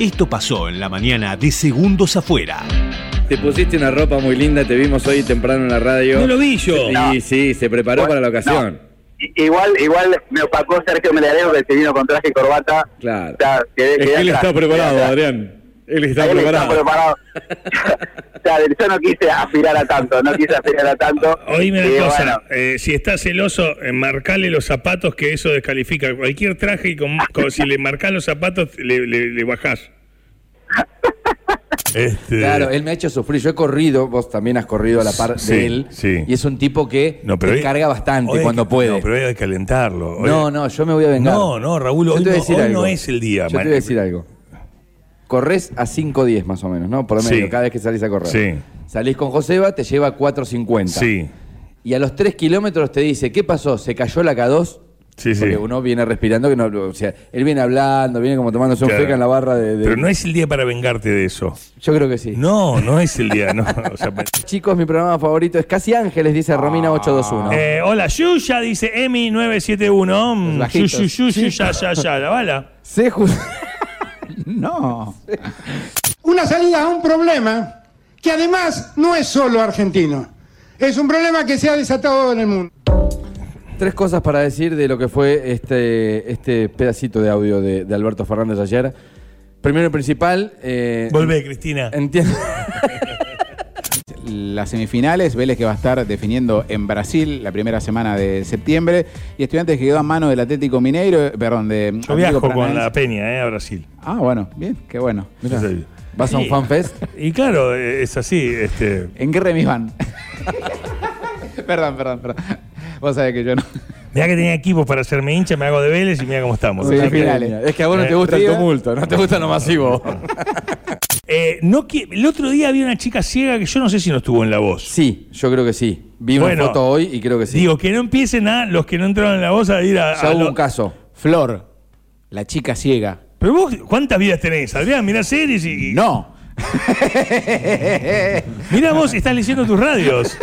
Esto pasó en la mañana de Segundos Afuera. Te pusiste una ropa muy linda, te vimos hoy temprano en la radio. No lo vi yo. Sí, No. sí, se preparó Bueno, para la ocasión. I- Igual, igual me opacó Sergio Melgarejo que se vino con traje y corbata. Claro. Ya, quedé- Es quedé que él atrás, está preparado, quedé atrás. Adrián. Él está Él está preparado. preparado. o sea, yo no quise aspirar a tanto, no quise aspirar a tanto. Oíme Y una cosa, bueno, eh, si estás celoso, eh, marcale los zapatos que eso descalifica. Cualquier traje, y con, con- si le marcas los zapatos, le, le- le bajás. Este, Claro, él me ha hecho sufrir. Yo he corrido, vos también has corrido a la par Sí, de él. sí. Y es un tipo que no, pero te hoy- carga bastante hoy hay cuando que- puede. No, pero hoy hay que calentarlo. Hoy- No, no, yo me voy a vengar. No, no, Raúl, Yo hoy te voy a no- decir hoy algo. no es el día, Yo te man. voy a decir algo. Corres a 5.10 más o menos, ¿no? Por lo menos, Sí. cada vez que salís a correr. Sí. Salís con Joseba, te lleva a 4.50. Sí, Y a los 3 kilómetros te dice, ¿qué pasó? ¿Se cayó la K2? sí, sí. Porque uno viene respirando, que no, o sea, él viene hablando, viene como tomándose un Claro. feca en la barra de... de- Pero no es el día para vengarte de eso. Yo creo que sí. No, no es el día, no. o sea, pues, Chicos, mi programa favorito es Casi Ángeles, dice Ah. Romina 821. Eh, hola, Yuya, dice Emi971. Mm, Yu, bajitos. yu, yu, yu, ya, ya, ya, la bala. Se ju- No. Una salida a un problema que además no es solo argentino. Es un problema que se ha desatado en el mundo. Tres cosas para decir de lo que fue este, este pedacito de audio de, de Alberto Fernández ayer. Primero y principal, eh, Volvé, Cristina. entiendo. Las semifinales, Vélez que va a estar definiendo en Brasil la primera semana de septiembre. Y estudiantes que quedó a mano del Atlético Mineiro, eh, perdón, de Yo viajo con la peña, eh, a Brasil. Ah, bueno, bien, qué bueno. Mirá, Sí. ¿Vas a un Sí. fanfest? Y claro, eh, es así, este. ¿En qué remis van? perdón, perdón, perdón. Vos sabés que yo no. Mirá que tenía equipos para hacerme hincha, me hago de Vélez y mirá cómo estamos. Sí, Así que, finales. Es que a vos no te gusta el tumulto, no te gusta lo masivo. eh, no qui- el otro día había una chica ciega que yo no sé si no estuvo en la voz. Sí, yo creo que sí. Vi Bueno, una foto hoy y creo que sí. Digo, que no empiecen a los que no entraron en la voz a ir a. ya a hubo lo- un caso. Flor, la chica ciega. Pero vos, ¿cuántas vidas tenés? Adrián, mirá series y. y- No. Mirá vos, estás leyendo tus radios.